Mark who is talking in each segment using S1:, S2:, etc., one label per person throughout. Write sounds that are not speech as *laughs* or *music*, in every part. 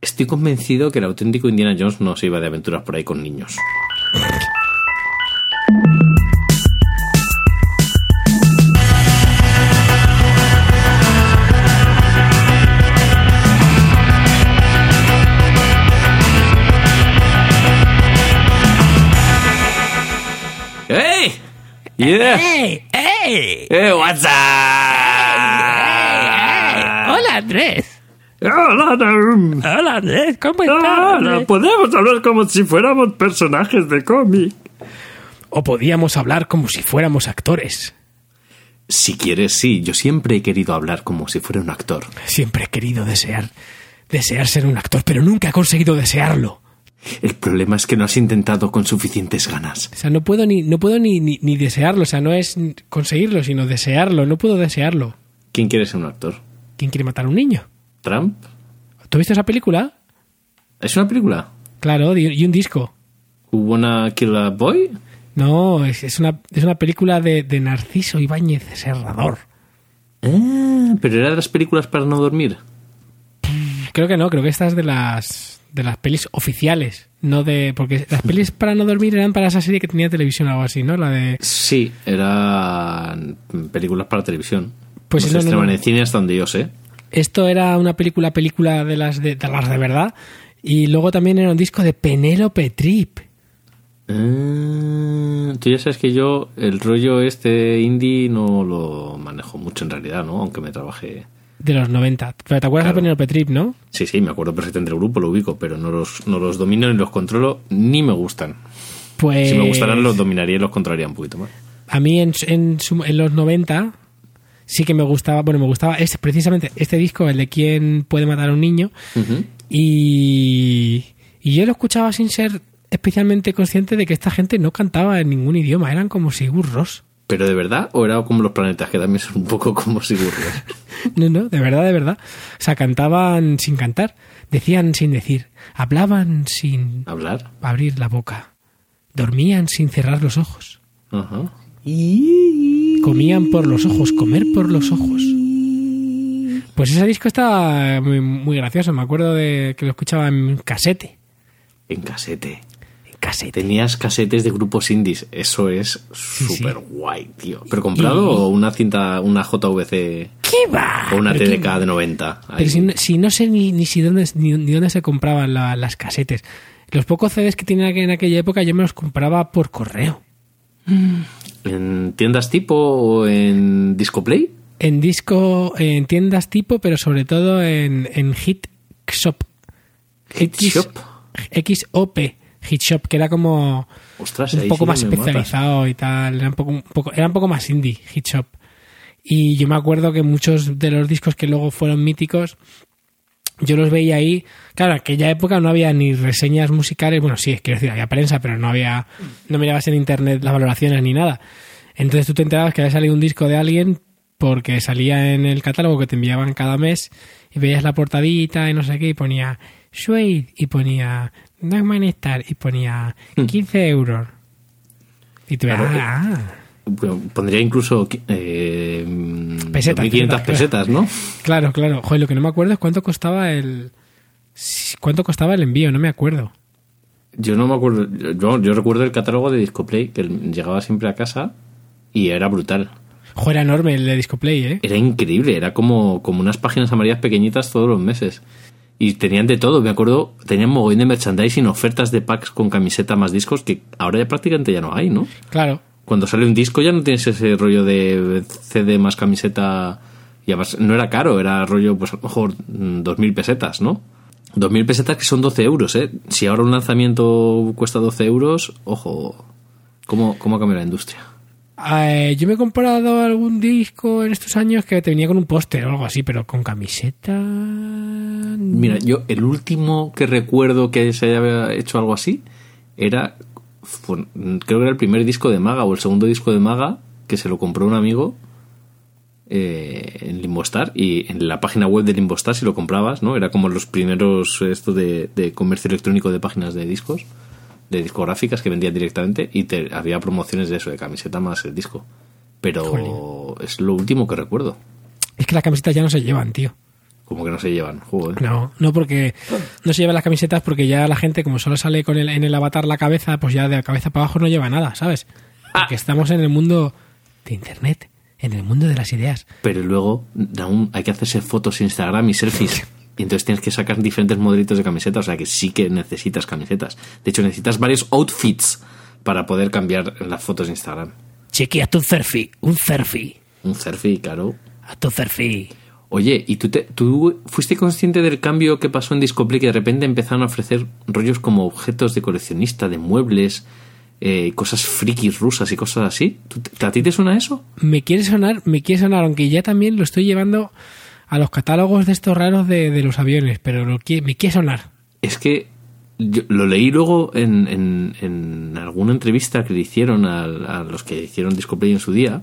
S1: estoy convencido que el auténtico Indiana Jones no se iba de aventuras por ahí con niños. ¡Hey! Yeah!
S2: ¡Ey! ¡Ey!
S1: ¡Hey, ¡Eh, what's up?
S2: Ah. Hola Andrés.
S3: Hola, Naum.
S2: Hola Andrés, ¿cómo estás?
S3: Hola,
S2: Andrés?
S3: podemos hablar como si fuéramos personajes de cómic.
S2: O podíamos hablar como si fuéramos actores.
S1: Si quieres, sí. Yo siempre he querido hablar como si fuera un actor.
S2: Siempre he querido desear desear ser un actor, pero nunca he conseguido desearlo.
S1: El problema es que no has intentado con suficientes ganas.
S2: O sea, no puedo ni no puedo ni, ni, ni desearlo, o sea, no es conseguirlo, sino desearlo, no puedo desearlo.
S1: ¿Quién quiere ser un actor?
S2: ¿Quién quiere matar a un niño?
S1: ¿Trump?
S2: ¿Tú viste esa película?
S1: ¿Es una película?
S2: Claro, di- y un disco.
S1: ¿Who Wanna Kill a Boy?
S2: No, es, es una, es una película de, de Narciso Ibáñez Serrador.
S1: Ah, pero era de las películas para no dormir.
S2: Creo que no, creo que esta es de las de las pelis oficiales, no de porque las pelis para no dormir eran para esa serie que tenía televisión o algo así, ¿no? La de
S1: Sí, eran películas para televisión. no
S2: Pues no,
S1: se
S2: no,
S1: estrenaban
S2: no.
S1: en cine hasta donde yo sé.
S2: esto era una película película de las de, de las de verdad y luego también era un disco de Penélope Trip.
S1: Ah, tú ya sabes que yo el rollo este indie no lo manejo mucho en realidad, ¿no? Aunque me trabajé...
S2: De los 90. Pero te acuerdas
S1: Claro.
S2: de Penélope Trip, ¿no?
S1: Sí, sí, me acuerdo perfectamente del grupo, lo ubico, pero no los, no los domino ni los controlo, ni me gustan.
S2: Pues
S1: Si me gustaran los dominaría y los controlaría un poquito más.
S2: A mí en, en su- en los 90 sí que me gustaba, bueno, me gustaba este, precisamente este disco, el de quién puede matar a un niño. y, y yo lo escuchaba sin ser especialmente consciente de que esta gente no cantaba en ningún idioma, eran como Sigur Rós. *laughs*
S1: ¿Pero de verdad? ¿O era como los planetas, que también son un poco como Sigurdos?
S2: No, no, de verdad, de verdad. O sea, cantaban sin cantar, decían sin decir, hablaban sin
S1: *laughs* ¿Hablar?
S2: abrir la boca, dormían sin cerrar los ojos,
S1: Ajá.
S2: comían por los ojos, comer por los ojos. Pues ese disco está muy, muy gracioso, me acuerdo de que lo escuchaba en casete.
S1: En casete.
S2: En casete.
S1: Tenías casetes de grupos indies. Eso es
S2: sí.
S1: súper guay, tío. ¿Pero comprado o una cinta, una JVC
S2: ¿Qué va?
S1: o una
S2: ¿Pero qué
S1: TDK de 90? Ahí.
S2: Pero si, no- si no sé ni, ni si dónde, ni, ni dónde se compraban la- las casetes. Los pocos CDs que tenía en aquella época yo me los compraba por correo.
S1: ¿En tiendas tipo o en Discoplay?
S2: En disco, en tiendas tipo, pero sobre todo en, en Hit Shop.
S1: Hit
S2: X-
S1: Shop.
S2: XOP. Hit Shop, que era como
S1: Ostras,
S2: un
S1: ahí
S2: poco
S1: sí
S2: más
S1: que me matas.
S2: especializado y tal. Era un poco, un poco, era un poco más indie, Hit Shop. Y yo me acuerdo que muchos de los discos que luego fueron míticos, yo los veía ahí. Claro, en aquella época no había ni reseñas musicales. Bueno, sí, quiero decir, había prensa, pero no había. No mirabas en internet las valoraciones ni nada. Entonces tú te enterabas que había salido un disco de alguien porque salía en el catálogo que te enviaban cada mes y veías la portadita y no sé qué y ponía Suede y ponía Dogman Star y ponía 15 euros. Y tú
S1: Claro,
S2: veías, ah,
S1: Bueno, Pondría incluso eh, mm,
S2: Pesetas,
S1: 2.500
S2: pesetas,
S1: pesetas, ¿no?
S2: Claro, claro. Joder, lo que no me acuerdo es cuánto costaba el. ¿Cuánto costaba el envío? No me acuerdo.
S1: Yo no me acuerdo. Yo, yo recuerdo el catálogo de Discoplay que llegaba siempre a casa y era brutal.
S2: Joder, era enorme el de Discoplay, ¿eh?
S1: Era increíble, era como, como unas páginas amarillas pequeñitas todos los meses. Y tenían de todo, me acuerdo, tenían mogollón de merchandising, ofertas de packs con camiseta más discos que ahora ya prácticamente ya no hay, ¿no?
S2: Claro.
S1: Cuando sale un disco ya no tienes ese rollo de CD más camiseta. Y además no era caro, era rollo, pues a lo mejor mm, 2.000 pesetas, ¿no? 2.000 pesetas que son 12 euros, ¿eh? Si ahora un lanzamiento cuesta 12 euros, ojo, ¿cómo, cómo ha cambiado la industria?
S2: Eh, yo me he comprado algún disco en estos años que te venía con un póster o algo así, pero con camiseta.
S1: Mira, yo el último que recuerdo que se haya hecho algo así era, fue- creo que era el primer disco de Maga o el segundo disco de Maga que se lo compró un amigo eh, en Limbostar y en la página web de Limbostar si lo comprabas, ¿no? Era como los primeros esto de, de comercio electrónico de páginas de discos, de discográficas que vendían directamente y te, había promociones de eso, de camiseta más el disco. Pero es lo último que recuerdo.
S2: Es que las camisetas ya no se llevan, tío.
S1: Como que no se llevan, joder.
S2: No, no porque no se llevan las camisetas porque ya la gente, como solo sale con el, en el avatar la cabeza, pues ya de la cabeza para abajo no lleva nada, ¿sabes? Porque estamos en el mundo de internet, en el mundo de las ideas.
S1: Pero luego aún hay que hacerse fotos en Instagram y selfies. Y entonces tienes que sacar diferentes modelitos de camisetas, o sea que sí que necesitas camisetas. De hecho, necesitas varios outfits para poder cambiar las fotos de Instagram.
S2: Chiqui, haz un selfie, un selfie,
S1: Un selfie, claro.
S2: haz tu selfie.
S1: Oye, ¿y tú, te- tú fuiste consciente del cambio que pasó en Discoplay que de repente empezaron a ofrecer rollos como objetos de coleccionista, de muebles, eh, cosas frikis rusas y cosas así? ¿Tú te- ¿A ti te suena eso?
S2: Me quiere sonar, me quiere sonar, aunque ya también lo estoy llevando a los catálogos de estos raros de, de los aviones, pero lo que, me quiere sonar.
S1: Es que yo lo leí luego en, en- en alguna entrevista que le hicieron al- a, los que hicieron Discoplay en su día,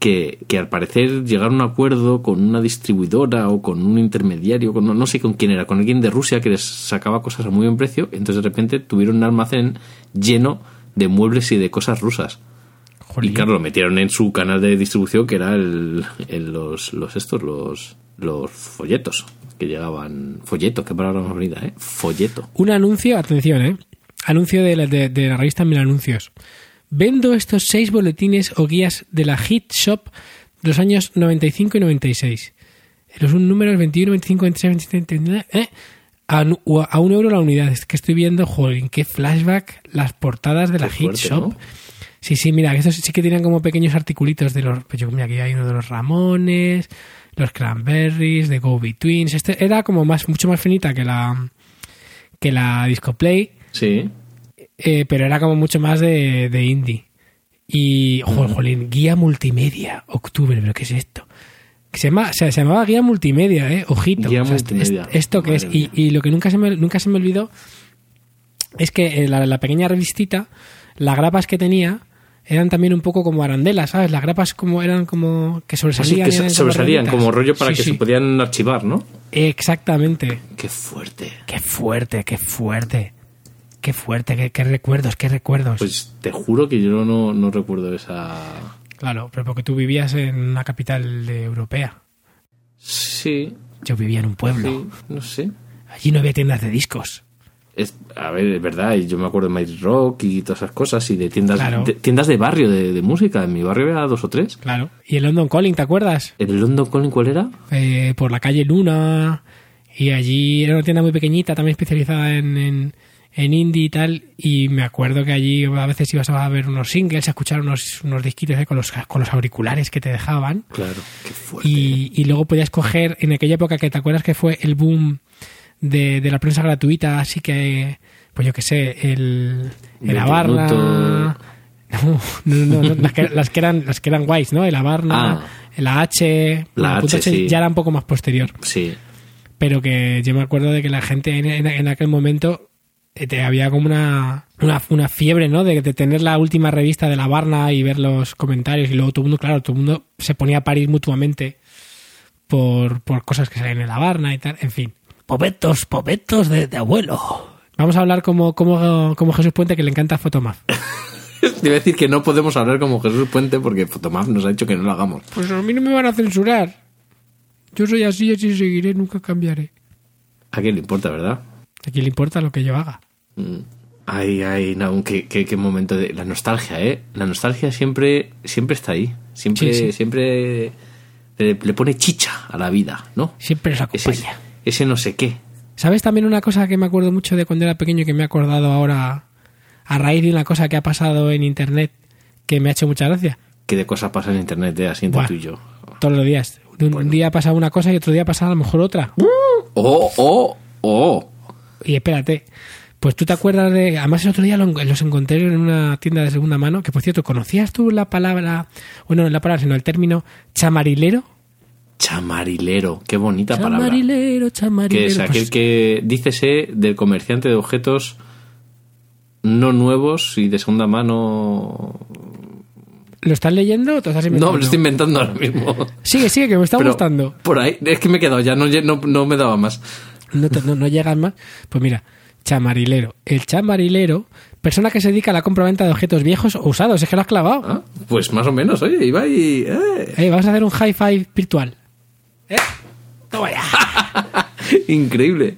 S1: que, que al parecer llegaron a un acuerdo con una distribuidora o con un intermediario, con, no, no sé con quién era, con alguien de Rusia que les sacaba cosas a muy buen precio, entonces de repente tuvieron un almacén lleno de muebles y de cosas rusas.
S2: Jolín.
S1: Y claro, lo metieron en su canal de distribución que era el, el- los, los estos, los, los folletos que llegaban. Folleto, qué palabra más bonita, ¿eh? Folleto.
S2: Un anuncio, atención, ¿eh? Anuncio de la, de, de la revista Mil Anuncios. Vendo estos seis boletines o guías de la Hit Shop de los años 95 y 96. Los números 21, 25, 26, 27, 29, ¿eh? A, nu- o a- a un euro la unidad. Es que estoy viendo, joder, qué flashback las portadas de la
S1: Qué
S2: Hit
S1: fuerte,
S2: Shop.
S1: ¿no?
S2: Sí, sí, mira, estos sí que tienen como pequeños articulitos de los. pues Yo, mira, aquí hay uno de los Ramones, los Cranberries, de Go Betweens. Este era como más, mucho más finita que la que la Discoplay,
S1: Sí.
S2: eh, pero era como mucho más de, de indie. Y, ojo, jolín, guía multimedia, octubre, pero ¿qué es esto? Que se, llama, o sea, se llamaba guía multimedia, ¿eh? Ojito.
S1: Guía
S2: O sea, este-
S1: multimedia.
S2: este- esto que es.
S1: Madre
S2: Y, y lo que nunca se me, nunca se me olvidó es que eh, la, la pequeña revistita, las grapas que tenía eran también un poco como arandelas, ¿sabes? Las grapas como eran como que
S1: Así
S2: sobresalían.
S1: Ah, Pues que
S2: eran
S1: so-
S2: como
S1: sobresalían
S2: rayitas.
S1: como rollo para
S2: Sí,
S1: que
S2: sí.
S1: se podían archivar, ¿no?
S2: Exactamente.
S1: Qué fuerte.
S2: Qué fuerte, qué fuerte. Qué fuerte, qué, qué recuerdos, qué recuerdos.
S1: Pues te juro que yo no, no recuerdo esa.
S2: claro, pero porque tú vivías en una capital de europea.
S1: Sí,
S2: Yo vivía en un pueblo.
S1: sí, no sé.
S2: Allí no había tiendas de discos.
S1: Es, a ver, es verdad, y yo me acuerdo de My Rock y todas esas cosas y de tiendas,
S2: Claro.
S1: de, tiendas de barrio, de, de música. En mi barrio había dos o tres.
S2: Claro. Y el London Calling, ¿te acuerdas?
S1: ¿El London Calling cuál era?
S2: Eh, por la calle Luna. Y allí era una tienda muy pequeñita, también especializada en, en, en indie y tal. Y me acuerdo que allí a veces ibas a ver unos singles, a escuchar unos, unos disquitos eh, con, los, con los auriculares que te dejaban.
S1: Claro, qué fuerte.
S2: y, y luego podías coger en aquella época que te acuerdas que fue el boom de, de la prensa gratuita, así que, pues yo qué sé, el, el Abarna.
S1: Minuto.
S2: No, *laughs* no, no, no, las, que, las que eran las que eran guays, ¿no? El Abarna,
S1: Ah.
S2: la H,
S1: La
S2: punto
S1: H, sí.
S2: ya era un poco más posterior,
S1: Sí,
S2: pero que yo me acuerdo de que la gente en, en- en aquel momento eh, te- había como una, una, una fiebre, ¿no? De, de tener la última revista de la Barna y ver los comentarios y luego todo el mundo, claro, todo el mundo se ponía a parir mutuamente por, por cosas que salen en la Barna y tal, en fin.
S4: Popetos, popetos de, de abuelo.
S2: Vamos a hablar como, como, como Jesús Puente que le encanta Fotomaf.
S1: *laughs* Te iba a decir que no podemos hablar como Jesús Puente porque Fotomap nos ha dicho que no lo hagamos.
S2: Pues a mí no me van a censurar. Yo soy así, así seguiré, nunca cambiaré.
S1: ¿A quién le importa, verdad?
S2: ¿A quién le importa lo que yo haga?
S1: Mm. Ay, ay, no, qué, qué- qué momento de... La nostalgia, ¿eh? La nostalgia siempre, siempre está ahí. Siempre,
S2: Sí, sí.
S1: siempre le, le pone chicha a la vida, ¿no?
S2: Siempre os acompaña.
S1: Ese, ese no sé qué.
S2: ¿Sabes también una cosa que me acuerdo mucho de cuando era pequeño y que me he acordado ahora a raíz de una cosa que ha pasado en internet que me ha hecho mucha gracia?
S1: Qué de cosas pasan en internet, ¿eh? Así entre
S2: Buah.
S1: tú y yo.
S2: Todos los días. Un día pasaba una cosa y otro día pasaba a lo mejor otra.
S1: ¡Oh, oh, oh!
S2: Y espérate, pues tú te acuerdas de. Además, el otro día lo en- los encontré en una tienda de segunda mano. Que por cierto, ¿conocías tú la palabra. Bueno, no la palabra, sino el término chamarilero?
S1: Chamarilero, qué bonita palabra.
S2: Chamarilero, chamarilero.
S1: que es aquel
S2: pues,
S1: que dícese del comerciante de objetos no nuevos y de segunda mano.
S2: ¿Lo estás leyendo o te lo estás inventando?
S1: No, me lo estoy inventando ahora mismo.
S2: *laughs* Sigue, sigue, que me está
S1: Pero
S2: gustando.
S1: Por ahí, es que me he quedado ya, no, lle- no, no me daba más.
S2: No, te- no, no llegas más. Pues mira, chamarilero. El chamarilero, persona que se dedica a la compraventa de objetos viejos o usados. Es que lo has clavado.
S1: Ah, Pues más o menos, oye, iba y. eh. *laughs*
S2: Eh, vamos a hacer un high five virtual. ¿Eh? Toma ya.
S1: Increíble.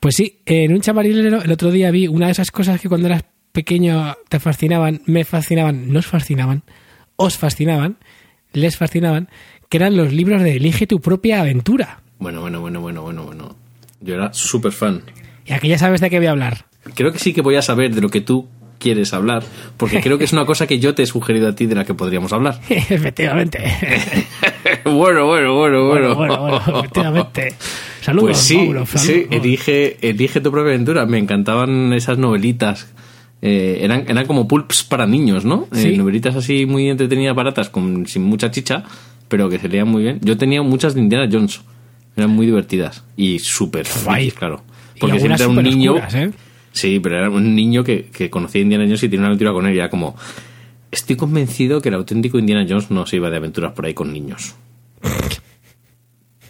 S2: Pues sí, en un chamarilero el otro día vi una de esas cosas que cuando eras pequeño te fascinaban, me fascinaban, nos fascinaban, os fascinaban, les fascinaban, que eran los libros de Elige tu propia aventura.
S1: Bueno, bueno, bueno, bueno, bueno, bueno. Yo era súper fan.
S2: Y aquí ya sabes de qué voy a hablar. *laughs*
S1: Creo que sí que voy a saber de lo que tú quieres hablar, porque creo que es una cosa que yo te he sugerido a ti de la que podríamos hablar.
S2: Efectivamente.
S1: *laughs* bueno, bueno, bueno,
S2: Bueno,
S1: bueno.
S2: bueno, bueno,
S1: *laughs*
S2: efectivamente. Saludos,
S1: pues sí,
S2: Mauro,
S1: sí,
S2: saludos.
S1: elige, elige tu propia aventura. Me encantaban esas novelitas. Eh, eran, eran como pulps para niños, ¿no? Eh,
S2: Sí.
S1: novelitas así muy entretenidas, baratas, con, sin mucha chicha, pero que se leían muy bien. Yo tenía muchas de Indiana Jones. Eran muy divertidas y súper
S2: Guay.
S1: frikis, claro.
S2: Y
S1: Porque
S2: algunas
S1: siempre era un
S2: súper
S1: niño...
S2: oscuras, ¿eh?
S1: Sí, pero era un niño que, que conocía a Indiana Jones y tenía una aventura con él. Y era como... Estoy convencido que el auténtico Indiana Jones no se iba de aventuras por ahí con niños. *laughs*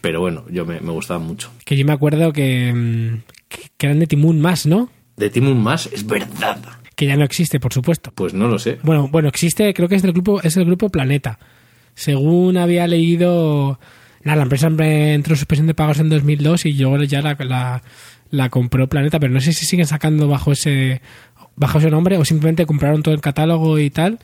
S1: Pero bueno, yo me, me gustaba mucho.
S2: Que yo me acuerdo que, mm, que- que eran de Timun más, ¿no?
S1: De Timon más es verdad.
S2: Que ya no existe, por supuesto.
S1: Pues no lo sé.
S2: Bueno, bueno, existe, creo que es del grupo, es el grupo Planeta. Según había leído, nada, la empresa entró en suspensión de pagos en 2002 y luego ya la, la, la compró Planeta, pero no sé si siguen sacando bajo ese bajo ese nombre o simplemente compraron todo el catálogo y tal.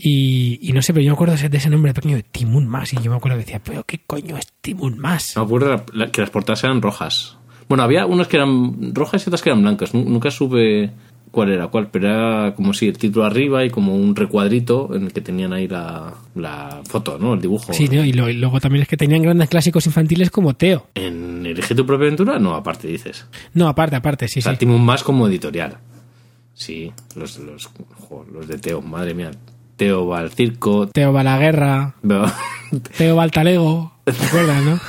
S2: Y, y no sé, pero yo me acuerdo de ese, de ese nombre pequeño de Timun Más y yo me acuerdo que decía, pero ¿qué coño es Timun Más?
S1: No me acuerdo la- la- que las portadas eran rojas. Bueno, había unas que eran rojas y otras que eran blancas. Nu- Nunca supe cuál era cuál, pero era como si el título arriba y como un recuadrito en el que tenían ahí la, la foto, ¿no? El dibujo.
S2: Sí, ¿no? y, lo- y luego también es que tenían grandes clásicos infantiles como Teo.
S1: ¿En Elige tu propia aventura? No, aparte dices.
S2: No, aparte, aparte, sí,
S1: O sea,
S2: sí.
S1: Timon más como editorial. Sí, los, los, jo, los de Teo, madre mía. Teo va al circo. *laughs*
S2: Teo va a la guerra,
S1: Teo-
S2: Teo va al talego, ¿te acuerdas, no?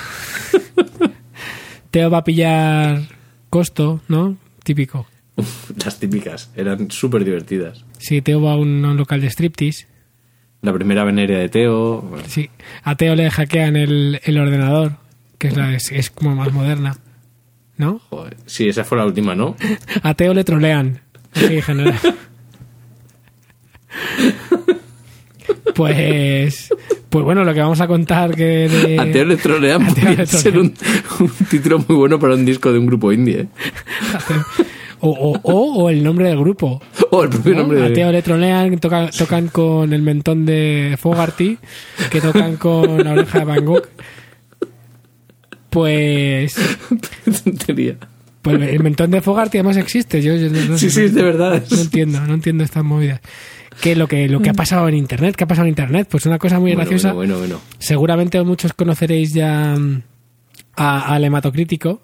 S2: Teo va a pillar costo, ¿no? Típico.
S1: Las típicas, eran súper divertidas.
S2: Sí, Teo va a un, a un local de striptease.
S1: La primera veneria de Teo. bueno,
S2: Sí. A Teo le hackean el, el ordenador, que es, la, es, es como más moderna, ¿no?
S1: joder. Sí, esa fue la última, ¿no?
S2: A Teo le trolean. Así en general. Pues, pues bueno, lo que vamos a contar que de...
S1: A Teo le trolean
S2: a Teo le
S1: podría *laughs* ser un, un título muy bueno para un disco de un grupo indie. ¿eh?
S2: *laughs* o, o- o- o el nombre del grupo.
S1: O el propio
S2: ¿no?
S1: nombre
S2: A Teo
S1: de...
S2: le trolean, toca- tocan con el mentón de Fogarty, que tocan con la oreja de Van Gogh. Pues,
S1: *laughs* Tontería.
S2: pues el mentón de Fogarty además existe. Yo, yo no- no
S1: Sí,
S2: sé-
S1: sí, es de verdad.
S2: No entiendo, no entiendo estas movidas. Que lo que lo que ha pasado en internet, que ha pasado en internet, pues una cosa muy
S1: Mm. Bueno,
S2: graciosa.
S1: bueno, bueno, bueno.
S2: Seguramente muchos conoceréis ya mm, a- al hematocrítico,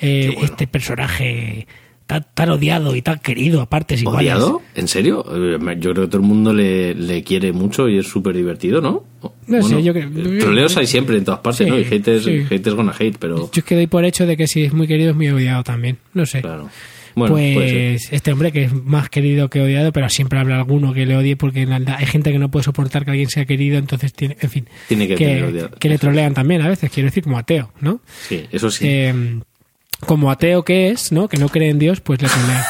S2: eh, este personaje tan, tan odiado y tan querido, aparte es igual.
S1: ¿Odiado? ¿En serio? Eh, Yo creo que todo el mundo le, le quiere mucho y es súper divertido, ¿no?
S2: No sé, yo creo-
S1: eh, Troleos hay siempre en todas partes,
S2: Sí,
S1: ¿no? Y haters,
S2: sí.
S1: haters gonna hate, pero...
S2: Yo es que doy por hecho de que si es muy querido es muy odiado también, no sé.
S1: Claro. Bueno, puede ser.
S2: pues este hombre que es más querido que odiado, pero siempre habrá alguno que le odie porque en la- hay gente que no puede soportar que alguien sea querido, entonces tiene, en fin,
S1: Tiene que tener
S2: que,
S1: odiado.
S2: que le trolean también a veces, quiero decir, como ateo, ¿no?
S1: Sí, eso sí.
S2: Eh, como ateo que es, ¿no? Que no cree en Dios, pues
S1: *laughs*
S2: le trolean.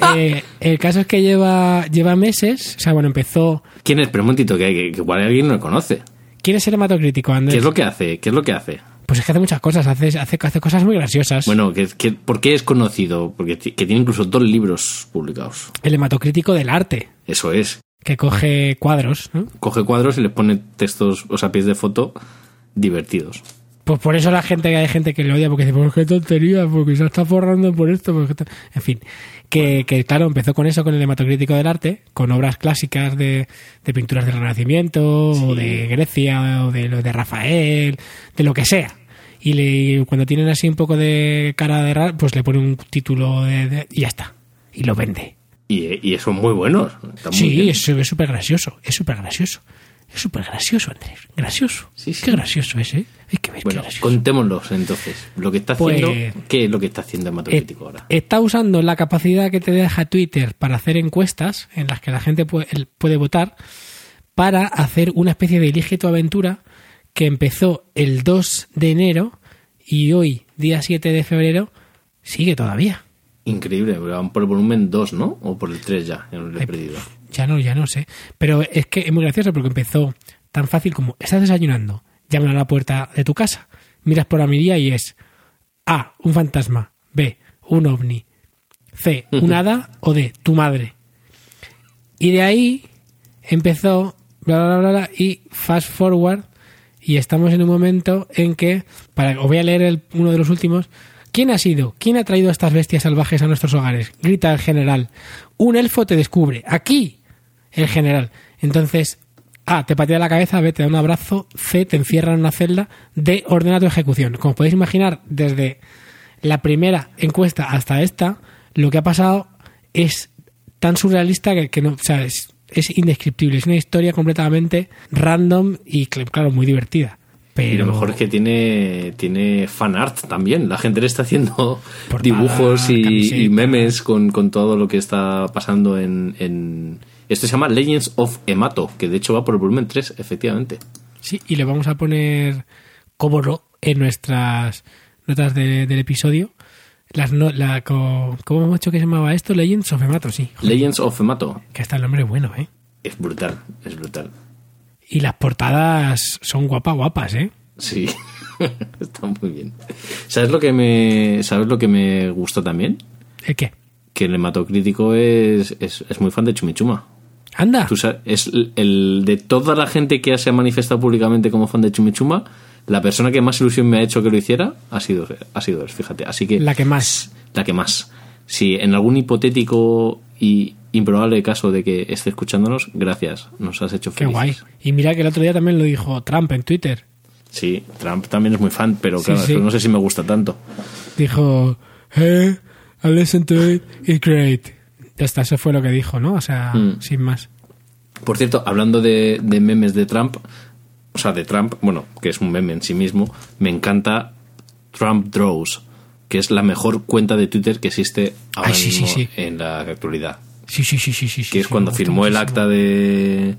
S1: Ah.
S2: Eh, el caso es que lleva, lleva meses, o sea, bueno, empezó...
S1: ¿Quién es? Pero un momentito, que, que- que igual alguien no lo conoce.
S2: ¿Quién es el hematocrítico, Andrés?
S1: ¿Qué es lo que hace? ¿Qué es lo que hace?
S2: Pues es que hace muchas cosas, hace, hace, hace cosas muy graciosas.
S1: Bueno, ¿qué, qué, por qué es conocido? Porque ti- que tiene incluso dos libros publicados.
S2: El hematocrítico del arte,
S1: Eso es.
S2: que coge cuadros, ¿no?
S1: Coge cuadros y les pone textos, o sea, pies de foto divertidos.
S2: Pues por eso la gente que hay gente que le odia, porque dice, pues qué tontería, porque se está forrando por esto, porque tal". en fin. Que, que, claro, empezó con eso, con el hematocrítico del arte, con obras clásicas de, de pinturas del Renacimiento, o de Grecia, o de, lo de Rafael, de lo que sea. Y le, cuando tienen así un poco de cara de raro, pues le pone un título de, de- y ya está. Y lo vende.
S1: Y, y son muy buenos. Están muy
S2: Sí,
S1: bien.
S2: es es súper gracioso, es súper gracioso. Es súper gracioso, Andrés. Gracioso.
S1: Sí, sí.
S2: Qué gracioso es, ¿eh? Hay que ver qué
S1: Bueno,
S2: gracioso.
S1: contémoslos entonces. Lo que está
S2: Pues- eh,
S1: haciendo, ¿qué es lo que está haciendo Hematocrítico ahora?
S2: Está usando la capacidad que te deja Twitter para hacer encuestas en las que la gente puede, el- puede votar para hacer una especie de elige tu aventura que empezó el 2 de enero y hoy, día 7 de febrero, sigue todavía.
S1: Increíble, porque van por el volumen 2, ¿no? O por el 3 ya, ya no
S2: eh,
S1: lo he perdido.
S2: Ya no, ya no sé. Pero es que es muy gracioso porque empezó tan fácil como estás desayunando, llaman a la puerta de tu casa miras por la mirilla y es A, un fantasma, B, un ovni, C, un hada o D, tu madre. Y de ahí empezó, bla, bla, bla, bla, y fast forward, y estamos en un momento en que, para, os voy a leer el- uno de los últimos, ¿quién ha sido? ¿Quién ha traído a estas bestias salvajes a nuestros hogares? Grita el general. Un elfo te descubre. Aquí, el general. Entonces, A, te patea la cabeza, B, te da un abrazo, C, te encierra en una celda, D, ordena tu ejecución. Como podéis imaginar, desde la primera encuesta hasta esta, lo que ha pasado es tan surrealista que, que no, o sea, es, es indescriptible. Es una historia completamente random y, cl- claro, muy divertida. Pero
S1: Y lo mejor es que tiene, tiene fan art también. La gente le está haciendo
S2: *laughs* Portada,
S1: dibujos y- y,
S2: camiseta.
S1: memes con, con todo lo que está pasando en, en- Esto se llama Legends of Emato, que de hecho va por el volumen 3, efectivamente.
S2: Sí, y le vamos a poner, como no, en nuestras notas de- del episodio. Las no- la, co- ¿Cómo hemos hecho que se llamaba esto? Legends of Emato, sí.
S1: Legends of Emato.
S2: Que hasta el nombre es bueno, ¿eh?
S1: Es brutal, es brutal.
S2: Y las portadas son guapas, guapas, ¿eh?
S1: Sí, *laughs* está muy bien. ¿Sabes lo que me, ¿sabes lo que me gustó también?
S2: ¿El qué?
S1: Que el hematocrítico es, es, es muy fan de Chumichuma.
S2: ¡Anda!
S1: Tú sa- es el, el- de toda la gente que se ha manifestado públicamente como fan de Chumichuma, la persona que más ilusión me ha hecho que lo hiciera ha sido, ha sido él, fíjate. Así que
S2: La que más.
S1: la que más. Si en algún hipotético y improbable caso de que esté escuchándonos, gracias, nos has hecho
S2: ¡Qué
S1: felices.
S2: guay! Y mira que el otro día también lo dijo Trump en Twitter.
S1: Sí, Trump también es muy fan, pero
S2: Sí,
S1: claro,
S2: sí.
S1: eso no sé si me gusta tanto.
S2: Dijo, hey, I listen to it, it's great. Ya está, eso fue lo que dijo, ¿no? O sea,
S1: Mm.
S2: sin más.
S1: Por cierto, hablando de, de memes de Trump, o sea, de Trump, bueno, que es un meme en sí mismo, me encanta Trump Draws, que es la mejor cuenta de Twitter que existe ahora
S2: Ay, sí, sí,
S1: mismo
S2: sí.
S1: en la actualidad.
S2: Sí, sí, sí, sí, sí.
S1: Que es cuando firmó el acta de...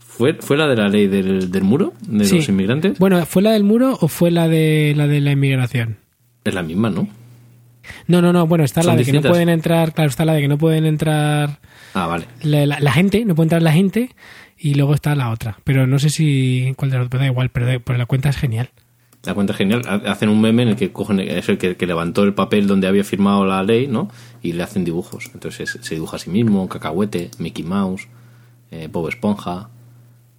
S1: ¿Fue, fue la de la ley del, del muro de
S2: Sí.
S1: los inmigrantes?
S2: Bueno, ¿fue la del muro o fue la de la de la inmigración?
S1: Es la misma, ¿no?
S2: No, no, no, bueno, está la
S1: Son
S2: de que
S1: distintas.
S2: no pueden entrar, claro, está la de que no pueden entrar
S1: Ah, vale.
S2: la, la- la gente, no puede entrar la gente, y luego está la otra. Pero no sé si cuál de las dos, pero da igual, pero, de- pero la cuenta es genial.
S1: La cuenta es genial. Ha- Hacen un meme en el que cogen es el que, que levantó el papel donde había firmado la ley, ¿no? Y le hacen dibujos. Entonces se dibuja a sí mismo, cacahuete, Mickey Mouse, eh, Bob Esponja.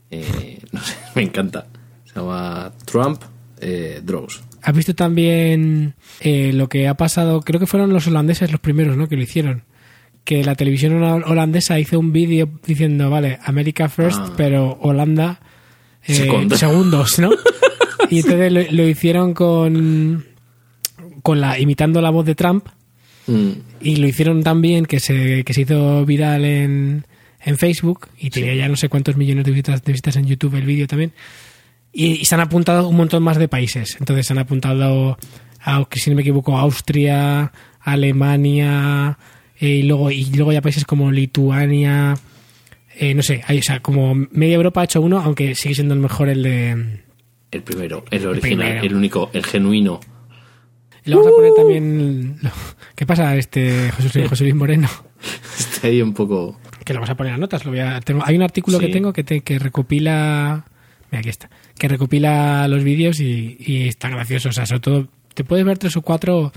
S1: eh, no *laughs* sé, me encanta. Se llama Trump eh, Draws.
S2: ¿Has visto también eh, lo que ha pasado? Creo que fueron los holandeses los primeros, ¿no? Que lo hicieron. Que la televisión hol- holandesa hizo un vídeo diciendo, vale, America first,
S1: Ah.
S2: pero Holanda eh,
S1: Segundo.
S2: segundos, ¿no? y entonces lo, lo hicieron con, con la imitando la voz de Trump
S1: Mm,
S2: y lo hicieron tan bien que se, que se hizo viral en, en Facebook y tenía ya no sé cuántos millones de visitas, de visitas en YouTube el vídeo también. Y, y se han apuntado un montón más de países. Entonces se han apuntado, a, que si no me equivoco, Austria, Alemania eh, y, luego, y luego ya países como Lituania. eh, no sé, hay, o sea, como media Europa ha hecho uno, aunque sigue siendo el mejor el de...
S1: el primero, el original,
S2: primero.
S1: el único, el genuino. *laughs*
S2: Le vamos a poner también... lo- ¿Qué pasa este José, Luis- José Luis Moreno?
S1: Está ahí un poco.
S2: que lo vas a poner en las notas. Lo voy a, tengo- hay un artículo
S1: Sí.
S2: que tengo que, te- que recopila. Mira, aquí está. Que recopila los vídeos y, y está gracioso. O sea, sobre todo, te puedes ver tres o cuatro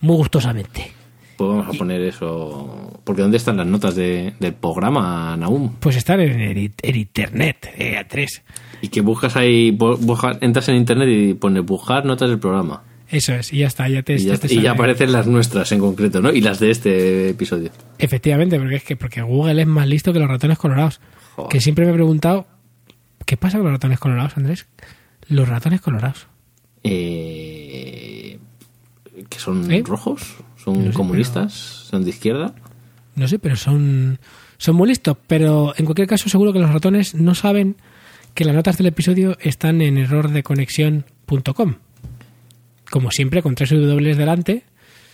S2: muy gustosamente.
S1: Pues vamos a poner eso. Porque ¿dónde están las notas de- del programa, Naum?
S2: Pues estar en el, en internet, eh, a tres.
S1: Y que buscas ahí, bu- buscas- entras en internet y pones buscar notas del programa.
S2: Eso es, y ya está, ya te,
S1: Y ya,
S2: Este te
S1: y ya
S2: sale.
S1: aparecen las nuestras en concreto, ¿no? Y las de este episodio.
S2: Efectivamente, porque es que porque Google es más listo que los ratones colorados.
S1: Joder.
S2: Que siempre me he preguntado, ¿qué pasa con los ratones colorados, Andrés? Los ratones colorados.
S1: Eh, que son
S2: ¿Eh?
S1: rojos, son
S2: sé,
S1: comunistas, son de izquierda.
S2: No sé, pero son, son muy listos. Pero en cualquier caso, seguro que los ratones no saben que las notas del episodio están en errordeconexión.com. Como siempre, con tres dobles delante.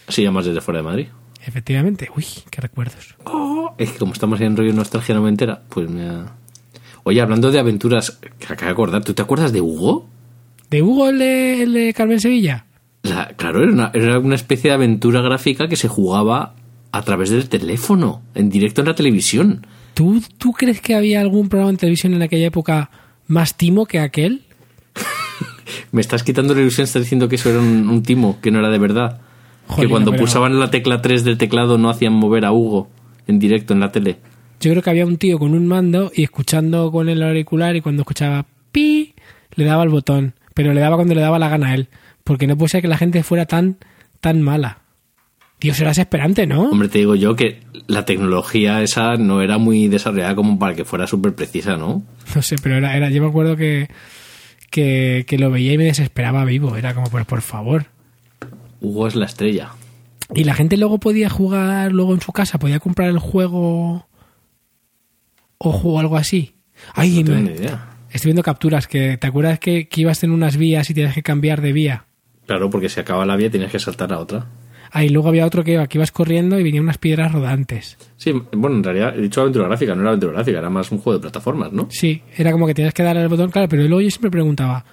S1: Así llamas desde fuera de Madrid.
S2: Efectivamente. Uy, qué recuerdos. Oh.
S1: Es que como estamos en rollo nostalgia noventera, pues me ha- Oye, hablando de aventuras, que acabo de acordar, ¿tú te acuerdas de Hugo?
S2: ¿De Hugo el de, el de Carmen Sevilla?
S1: La- claro, era una, era una especie de aventura gráfica que se jugaba a través del teléfono, en directo en la televisión.
S2: ¿Tú, ¿Tú crees que había algún programa en televisión en aquella época más timo que aquel?
S1: Me estás quitando la ilusión, estás diciendo que eso era un, un timo, que no era de verdad.
S2: Jolín,
S1: que cuando
S2: pero-
S1: pulsaban la tecla 3 del teclado no hacían mover a Hugo en directo en la tele.
S2: Yo creo que había un tío con un mando y escuchando con el auricular y cuando escuchaba pi, le daba el botón. Pero le daba cuando le daba la gana a él. Porque no puede ser que la gente fuera tan, tan mala. Dios, era desesperante, ¿no?
S1: Hombre, te digo yo que la tecnología esa no era muy desarrollada como para que fuera súper precisa, ¿no?
S2: *laughs* No sé, pero era, era yo me acuerdo que, que, que lo veía y me desesperaba vivo. Era como, por, por favor.
S1: Hugo es la estrella.
S2: Y la gente luego podía jugar luego en su casa, podía comprar el juego o juego algo así. Ay,
S1: No tengo
S2: me-
S1: ni idea.
S2: estoy viendo capturas que te acuerdas que, que ibas en unas vías y tenías que cambiar de vía.
S1: Claro, porque si acaba la vía tienes que saltar a otra.
S2: Ah, y luego había otro que iba, que ibas corriendo y venían unas piedras rodantes.
S1: Sí, bueno, en realidad he dicho aventura gráfica, no era aventura gráfica, era más un juego de plataformas, ¿no?
S2: Sí, era como que tenías que darle al botón, claro, pero luego yo siempre preguntaba,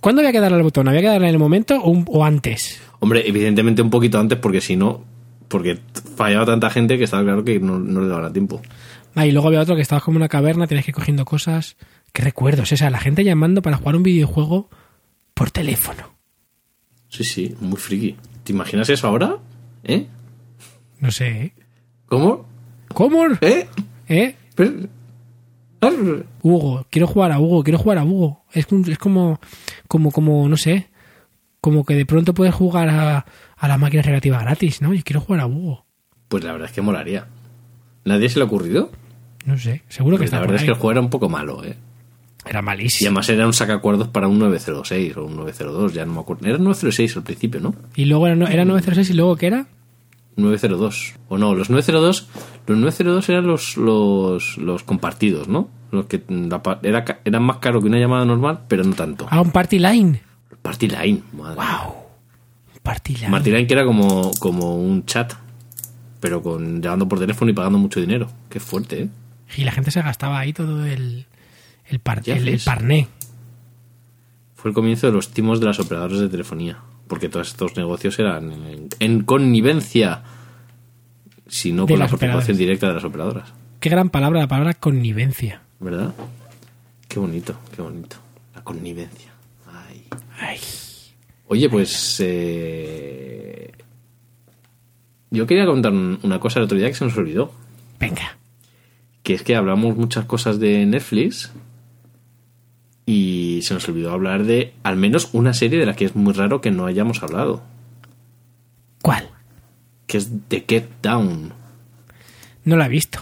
S2: ¿cuándo había que darle al botón? ¿Había que darle en el momento o, un- o antes?
S1: Hombre, evidentemente un poquito antes, porque si no, porque fallaba tanta gente que estaba claro que no, no le daban tiempo.
S2: Ah, y luego había otro que estabas como en una caverna, tenías que ir cogiendo cosas. Qué recuerdos, esa, la gente llamando para jugar un videojuego por teléfono.
S1: Sí, sí, muy friki. ¿Te imaginas eso ahora? ¿Eh?
S2: No sé, ¿eh?
S1: ¿Cómo?
S2: ¿Cómo?
S1: ¿Eh?
S2: ¿Eh?
S1: Pero- Ar-
S2: Hugo, quiero jugar a Hugo, quiero jugar a Hugo. Es, un- es como, como, como, no sé, como que de pronto puedes jugar a, a la máquina relativa gratis, ¿no? Yo quiero jugar a Hugo.
S1: Pues la verdad es que molaría. ¿Nadie se le ha ocurrido?
S2: No sé, seguro que
S1: Pues la
S2: está por
S1: verdad es
S2: ahí.
S1: que el juego era un poco malo, ¿eh?
S2: Era
S1: Y
S2: malísimo.
S1: además era un sacacuerdos para un 906 o un 902, ya no me acuerdo. Era 906 al principio, ¿no?
S2: Y luego era, no-
S1: Mm.
S2: era 906 y luego ¿qué era?
S1: 902. O no, los 902, los 902 eran los, los, los compartidos, ¿no? Los que la pa- era, ca- eran más caro que una llamada normal, pero no tanto.
S2: Ah, un party line.
S1: Party Line, madre.
S2: ¡Wow! Un party line.
S1: Party Line que era como, como un chat, pero con llamando por teléfono y pagando mucho dinero. Qué fuerte, ¿eh?
S2: Y la gente se gastaba ahí todo el, el, par-
S1: Ya
S2: el- el
S1: ves.
S2: parné.
S1: Fue el comienzo de los timos de las operadoras de telefonía, porque todos estos negocios eran en, en connivencia, si no
S2: De
S1: con la
S2: las
S1: participación
S2: operadoras.
S1: directa de las operadoras,
S2: Qué gran palabra, la palabra connivencia.
S1: ¿verdad? Qué bonito, qué bonito. La connivencia. Ay.
S2: Ay.
S1: Oye, pues. eh, Yo quería contar un- una cosa el otro día que se nos olvidó.
S2: Venga.
S1: Que es que hablamos muchas cosas de Netflix. Y se nos olvidó hablar de al menos una serie de la que es muy raro que no hayamos hablado.
S2: ¿Cuál?
S1: Que es The Get Down.
S2: No la he visto.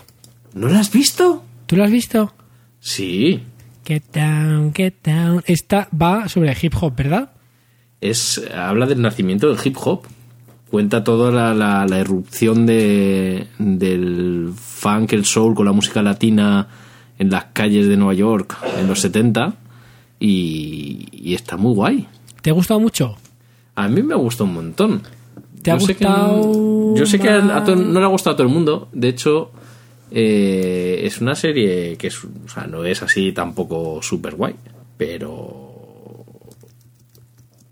S1: ¿No la has visto?
S2: ¿Tú la has visto?
S1: Sí.
S2: Get down, get down. Esta va sobre hip hop, ¿verdad?
S1: es habla del nacimiento del hip hop. Cuenta toda la, la- la erupción de, del funk, el soul con la música latina en las calles de Nueva York en los 70 y, y está muy guay.
S2: ¿Te ha gustado mucho?
S1: A mí me gusta un montón.
S2: ¿Te ha
S1: sé que
S2: gustado
S1: no- yo sé que a- a todo-
S2: más?
S1: no le ha gustado a todo el mundo. De hecho, eh, es una serie que es, o sea, no es así tampoco super guay. Pero.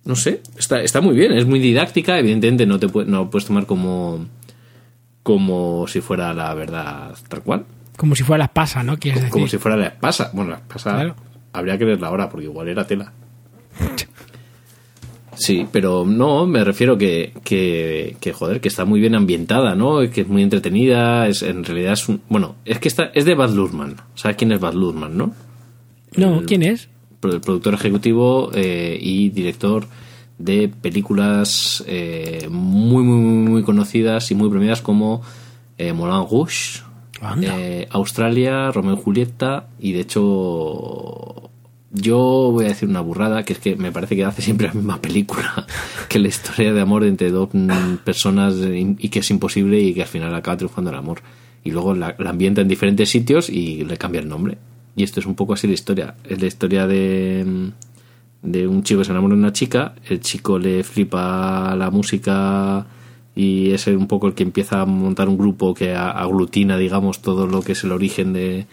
S1: No sé, está, está muy bien, es muy didáctica. Evidentemente, no te pue- no puedes tomar como. como si fuera la verdad tal cual.
S2: Como si fuera la pasa, ¿no? Quieres decir.
S1: Como si fuera la espasa. Bueno, la espasa
S2: Claro.
S1: habría que verla ahora porque igual era tela. Sí, pero no, me refiero que, que, que, joder, que está muy bien ambientada, ¿no? Que es muy entretenida, es, en realidad es un... Bueno, es que está, es de Bad Luhrmann. ¿Sabes quién es Bad Luhrmann, no?
S2: No, ¿quién es?
S1: Pro- El productor ejecutivo eh, y director de películas eh, muy, muy, muy, muy conocidas y muy premiadas como eh, Moulin Rouge,
S2: Anda.
S1: eh, Australia, Romeo y Julieta, y de hecho, yo voy a decir una burrada, que es que me parece que hace siempre la misma película *laughs* que la historia de amor entre dos mm, personas eh, y que es imposible y que al final acaba triunfando el amor. Y luego la, la ambienta en diferentes sitios y le cambia el nombre. Y esto es un poco así la historia. Es la historia de, mm, de un chico que se enamora de una chica, el chico le flipa la música y es un poco el que empieza a montar un grupo que a- aglutina, digamos, todo lo que es el origen de,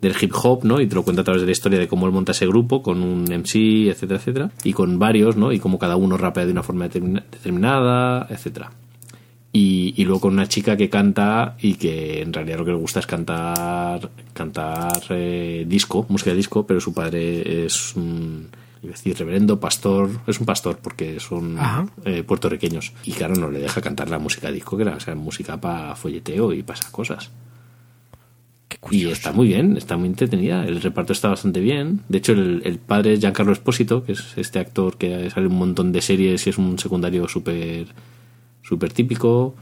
S1: del hip hop, ¿no? Y te lo cuenta a través de la historia de cómo él monta ese grupo con un MC, etcétera, etcétera, y con varios, ¿no? Y cómo cada uno rapea de una forma determina- determinada, etcétera. Y, y luego con una chica que canta y que en realidad lo que le gusta es cantar cantar eh, disco, música de disco, pero su padre es un es decir, reverendo, pastor, es un pastor porque son
S2: Ajá.
S1: eh, puertorriqueños. Y claro, no le deja cantar la música disco, que era o sea, música para folleteo y para esas cosas.
S2: Qué
S1: Y
S2: curioso.
S1: está muy bien, está muy entretenida. El reparto está bastante bien. De hecho, el, el padre es Giancarlo Espósito, que es este actor que sale en un montón de series y es un secundario súper súper típico.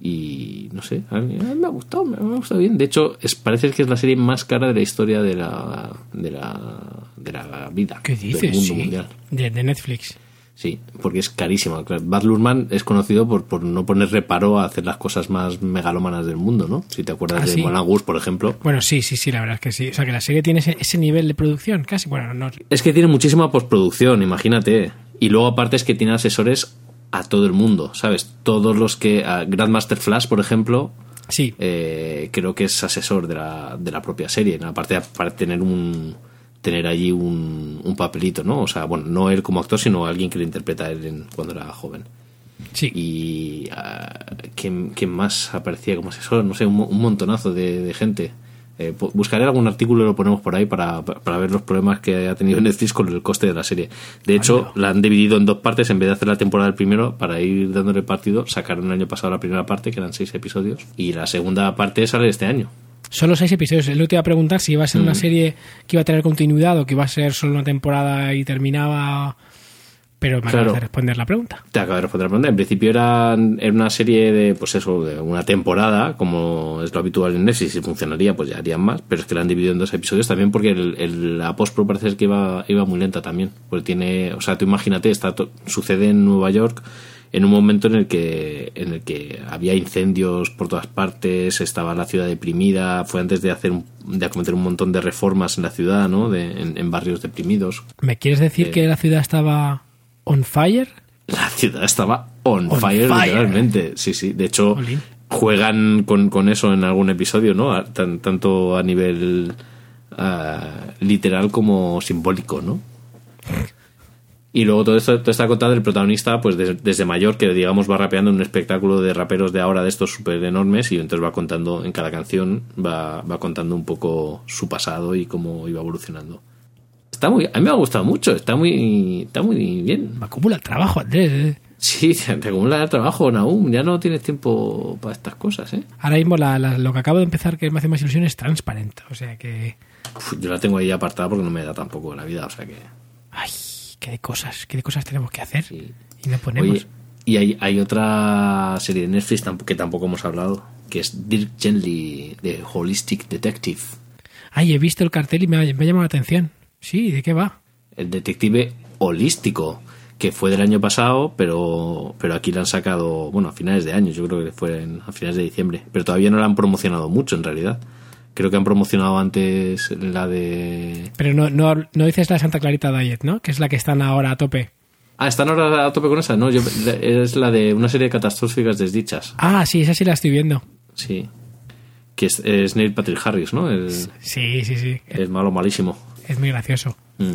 S1: Y no sé, a mí, a mí me ha gustado, me, me ha gustado bien. De hecho, es- parece que es la serie más cara de la historia de la, de la, de la vida.
S2: ¿Qué
S1: Del
S2: dices?
S1: mundo
S2: Sí.
S1: mundial.
S2: De, de Netflix.
S1: Sí, porque es carísima. Claro, Baz Luhrmann es conocido por, por no poner reparo a hacer las cosas más megalómanas del mundo, ¿no? Si te acuerdas
S2: Ah,
S1: de
S2: sí.
S1: Moulin Rouge, por ejemplo.
S2: Bueno, sí, sí, sí, la verdad es que sí. O sea, que la serie tiene ese, ese nivel de producción, casi. Bueno, no.
S1: Es que tiene muchísima postproducción, imagínate. Y luego aparte es que tiene asesores a todo el mundo, ¿sabes? Todos los que... a Grandmaster Flash, por ejemplo,
S2: Sí,
S1: eh, creo que es asesor de la, de la propia serie, ¿no? aparte para tener un tener allí un, un papelito, ¿no? O sea, bueno, no él como actor, sino alguien que le interpreta a él en- cuando era joven.
S2: sí.
S1: Y ah, ¿quién, quién más aparecía como asesor? No sé, un, mo- un montonazo de, de gente. Eh, po- buscaré algún artículo y lo ponemos por ahí para, para ver los problemas que ha tenido *laughs* Netflix con el coste de la serie. De hecho, la han dividido en dos partes. En vez de hacer la temporada del primero, para ir dándole partido, sacaron el año pasado la primera parte, que eran seis episodios, y la segunda parte sale este año.
S2: Solo seis episodios. Él te iba a preguntar si iba a ser
S1: Mm.
S2: una serie que iba a tener continuidad o que iba a ser solo una temporada y terminaba. Pero me
S1: Claro.
S2: acabas de responder la pregunta.
S1: Te acabo de responder la pregunta. En principio eran- era una serie de, pues eso, de una temporada, como es lo habitual en Netflix. Si funcionaría, pues ya harían más. Pero es que la han dividido en dos episodios también porque el, el- la postpro parece ser que iba, iba muy lenta también. Porque tiene, o sea, tú imagínate, está to- sucede en Nueva York en un momento en el que en el que había incendios por todas partes, estaba la ciudad deprimida, fue antes de hacer un- de acometer un montón de reformas en la ciudad, ¿no? De- en- en barrios deprimidos,
S2: ¿Me quieres
S1: Eh.
S2: decir que la ciudad estaba on fire?
S1: La ciudad estaba on,
S2: On
S1: fire,
S2: fire.
S1: literalmente. Sí, sí. De hecho,
S2: Jolín.
S1: juegan con, con eso en algún episodio, ¿no? A- tan- tanto a nivel ah, literal como simbólico, ¿no? Y luego todo esto, todo está contado el protagonista, pues des- desde mayor, que digamos va rapeando en un espectáculo de raperos de ahora, de estos súper enormes, y entonces va contando en cada canción, va, va contando un poco su pasado y cómo iba evolucionando. Está muy, a mí me ha gustado mucho, está muy, está muy bien.
S2: Me acumula el trabajo, Andrés. ¿eh?
S1: Sí, *laughs* te acumula el trabajo, Naum. Ya no tienes tiempo para estas cosas, ¿eh?
S2: Ahora mismo la- la- lo que acabo de empezar que me hace más ilusión es transparente. O sea que.
S1: Uf, yo la tengo ahí apartada porque no me da tampoco la vida, o sea que...
S2: Ay, qué de cosas, qué de cosas tenemos que hacer.
S1: Sí.
S2: Y no ponemos.
S1: Oye, y hay, hay otra serie de Netflix tamp- que tampoco hemos hablado, que es Dirk Gently, de Holistic Detective.
S2: Ay, he visto el cartel y me ha, me ha llamado la atención. Sí, ¿de qué va?
S1: El detective holístico, que fue del año pasado, pero, pero aquí la han sacado, bueno, a finales de año, yo creo que fue en- a finales de diciembre. Pero todavía no la han promocionado mucho, en realidad. Creo que han promocionado antes la de...
S2: Pero no, no, habl- no dices la Santa Clarita Diet, ¿no? Que es la que están ahora a tope.
S1: Ah, están ahora a tope con esa. No, yo, es la de una serie de catastróficas desdichas.
S2: Ah, sí, esa sí la estoy viendo.
S1: Sí. Que es, es Neil Patrick Harris, ¿no? El,
S2: Sí, sí, sí.
S1: el malo malísimo.
S2: Es muy gracioso.
S1: Mm.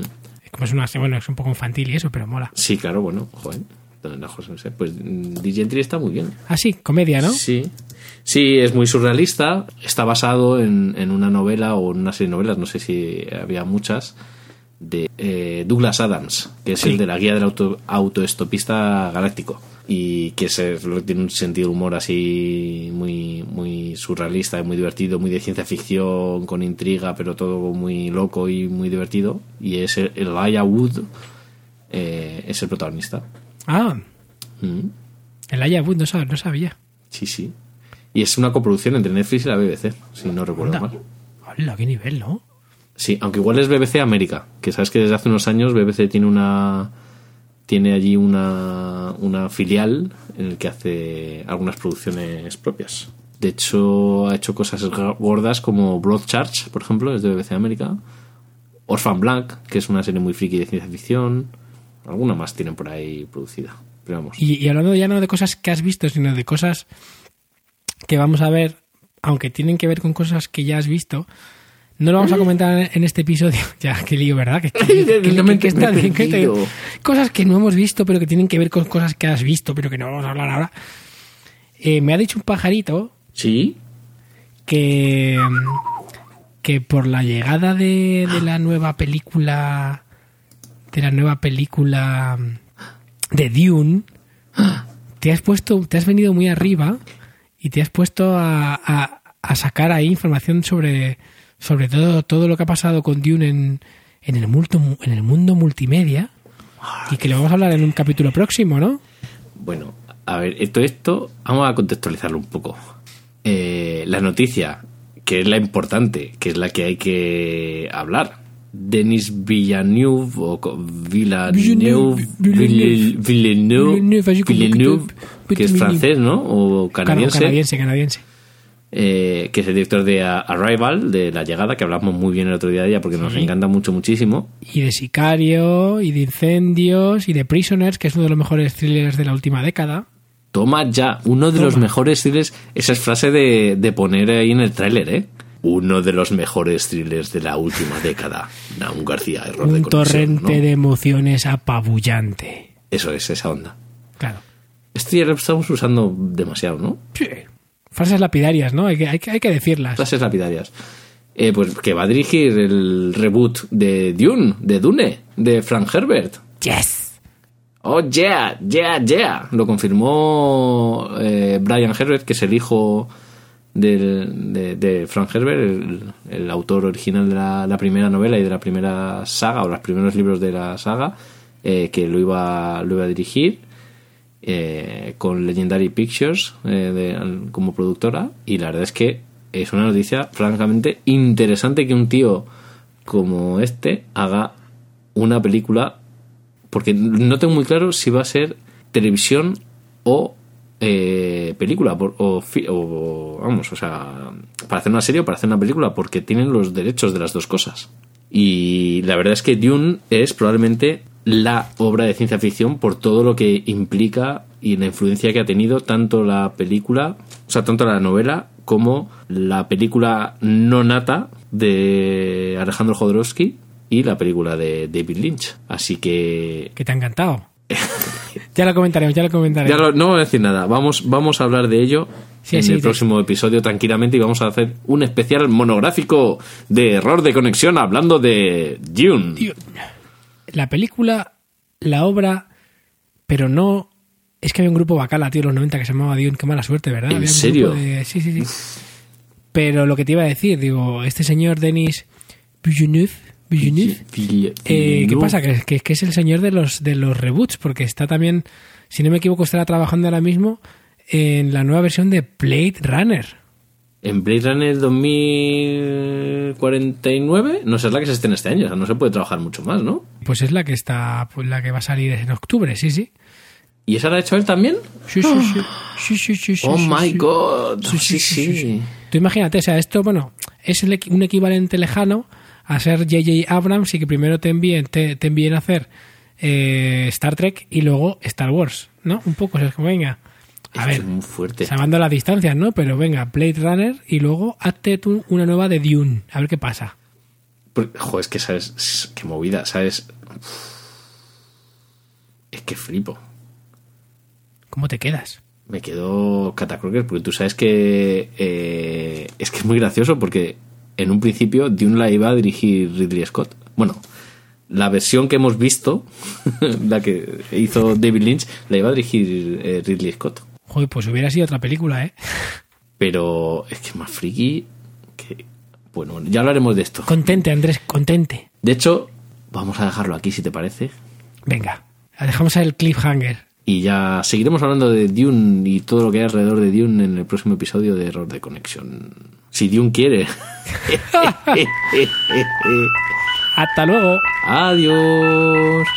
S2: Como es una bueno, es un poco infantil y eso, pero mola.
S1: Sí, claro, bueno, joder. Don Lajos, no sé. Pues mm, Dick Gentry está muy bien.
S2: Ah, sí, comedia, ¿no?
S1: Sí. Sí, es muy surrealista. Está basado en, en una novela o en una serie de novelas, no sé si había muchas, de eh, Douglas Adams, que es el de la guía del auto, autoestopista galáctico. Y que se, tiene un sentido de humor así muy, muy surrealista, y muy divertido, muy de ciencia ficción, con intriga, pero todo muy loco y muy divertido. Y es el, Elijah Wood, eh, es el protagonista.
S2: Ah,
S1: Mm.
S2: el Aya Wood, no sabía. No sabía.
S1: Sí, sí. Y es una coproducción entre Netflix y la BBC, si no recuerdo
S2: Anda.
S1: mal.
S2: Hola, qué nivel, ¿no?
S1: Sí, aunque igual es BBC América, que sabes que desde hace unos años BBC tiene una tiene allí una, una filial en el que hace algunas producciones propias. De hecho, ha hecho cosas gra- gordas como Broadchurch, por ejemplo, es de BBC América. Orphan Black, que es una serie muy friki de ciencia ficción. Alguna más tienen por ahí producida. Pero vamos.
S2: Y, y hablando ya no de cosas que has visto, sino de cosas que vamos a ver, aunque tienen que ver con cosas que ya has visto, no lo vamos a comentar en este episodio. *laughs* Ya, qué lío, ¿verdad? Que- que- que- que-
S1: No me-
S2: que está-
S1: me he
S2: que- que-
S1: perdido.
S2: cosas que no hemos visto, pero que tienen que ver con cosas que has visto, pero que no vamos a hablar ahora. Eh, me ha dicho un pajarito
S1: Sí,
S2: que, que por la llegada de, de la nueva película de la nueva película de Dune, te has puesto, te has venido muy arriba y te has puesto a, a- a sacar ahí información sobre, sobre todo, todo lo que ha pasado con Dune en, en el, multo- en el mundo multimedia. Y que lo vamos a hablar en un capítulo próximo, ¿no?
S1: Bueno, a ver, esto, esto, vamos a contextualizarlo un poco. Eh, la noticia, que es la importante, que es la que hay que hablar. Denis Villeneuve o co- Villeneuve,
S2: Villeneuve,
S1: Villeneuve,
S2: Villeneuve, así
S1: Villeneuve,
S2: como
S1: Villeneuve,
S2: que te-
S1: que es francés, ¿no? O
S2: Cana-
S1: canadiense.
S2: canadiense, canadiense.
S1: eh, que es el director de A- Arrival, de La Llegada, que hablamos muy bien el otro día de ella porque nos encanta mucho, muchísimo.
S2: Y de Sicario, y de Incendios, y de Prisoners, que es uno de los mejores thrillers de la última década.
S1: Toma ya, uno de los mejores thrillers. Esa es frase de, de poner ahí en el tráiler, ¿eh? Uno de los mejores thrillers de la última década. *laughs* Naum García, error de
S2: Un
S1: conexión,
S2: torrente
S1: ¿no?
S2: de emociones apabullante.
S1: Eso es, esa onda.
S2: Claro.
S1: Esto ya lo estamos usando demasiado, ¿no?
S2: Frases lapidarias, ¿no? Hay que, hay que, hay que decirlas.
S1: Frases lapidarias. Eh, pues que va a dirigir el reboot de Dune, de Dune, de Frank Herbert.
S4: Yes.
S1: Oh, yeah, yeah, yeah. Lo confirmó eh, Brian Herbert, que es el hijo del- de, de Frank Herbert, el, el autor original de la, la primera novela y de la primera saga, o los primeros libros de la saga, eh, que lo iba, lo iba a dirigir eh, con Legendary Pictures eh, de- como productora. Y la verdad es que es una noticia francamente interesante que un tío como este haga una película porque no tengo muy claro si va a ser televisión o eh, película por- o, fi- o- vamos o sea para hacer una serie o para hacer una película porque tienen los derechos de las dos cosas y la verdad es que Dune es probablemente la obra de ciencia ficción por todo lo que implica y la influencia que ha tenido tanto la película o sea tanto la novela como la película no nata de Alejandro Jodorowsky y la película de David Lynch así que
S2: Que te ha encantado. *laughs* ya lo comentaremos, ya lo comentaremos.
S1: ya lo- no voy a decir nada. Vamos, vamos a hablar de ello
S2: Sí,
S1: en
S2: sí,
S1: el
S2: de-
S1: próximo episodio tranquilamente y vamos a hacer un especial monográfico de error de conexión hablando de Dune.
S2: La película, la obra, pero no. Es que había un grupo bacala, tío, en los 90 que se llamaba Dune, qué mala suerte, ¿verdad?
S1: ¿En
S2: Había un
S1: serio?
S2: grupo de- Sí, sí, sí. Pero lo que te iba a decir, digo, este señor Denis Villeneuve, Villeneuve
S1: Vill-
S2: Eh, ¿Qué
S1: Villeneuve.
S2: pasa? Que, que- que es el señor de los, de los reboots, porque está también, si no me equivoco, estará trabajando ahora mismo en la nueva versión de Blade Runner.
S1: En Blade Runner 2049, no sé, es la que se esté en este año, o sea, no se puede trabajar mucho más, ¿no?
S2: Pues es la que está, pues la que va a salir en octubre, sí, sí.
S1: ¿Y esa la ha hecho él también?
S2: Sí, sí,
S1: *gasps*
S2: sí. Sí, sí, sí, sí,
S1: oh
S2: sí,
S1: my
S2: sí.
S1: god,
S2: Sí, sí, sí, sí,
S1: sí.
S2: sí. Tú imagínate, o sea, esto, bueno, es el equi- un equivalente lejano a ser J.J. Abrams y que primero te envíen, te, te envíen a hacer eh, Star Trek y luego Star Wars, ¿no? Un poco, o sea, es como, venga. A
S1: Es
S2: ver,
S1: que es muy fuerte.
S2: salvando las distancias, ¿no? Pero venga, Blade Runner y luego hazte tú una nueva de Dune, a ver qué pasa.
S1: Porque, jo, es que sabes, qué movida, sabes. Es que flipo.
S2: ¿Cómo te quedas?
S1: Me quedo Catacroker, porque tú sabes que eh, es que es muy gracioso porque en un principio Dune la iba a dirigir Ridley Scott. Bueno, la versión que hemos visto, *laughs* la que hizo David Lynch, la iba a dirigir eh, Ridley Scott.
S2: Joder, pues hubiera sido otra película, ¿eh?
S1: Pero es que es más friki que... Bueno, ya hablaremos de esto.
S2: Contente, Andrés, contente.
S1: De hecho, vamos a dejarlo aquí si te parece.
S2: Venga, dejamos el cliffhanger.
S1: Y ya seguiremos hablando de Dune y todo lo que hay alrededor de Dune en el próximo episodio de Error de Conexión. Si Dune quiere. *laughs*
S2: Hasta luego.
S1: Adiós.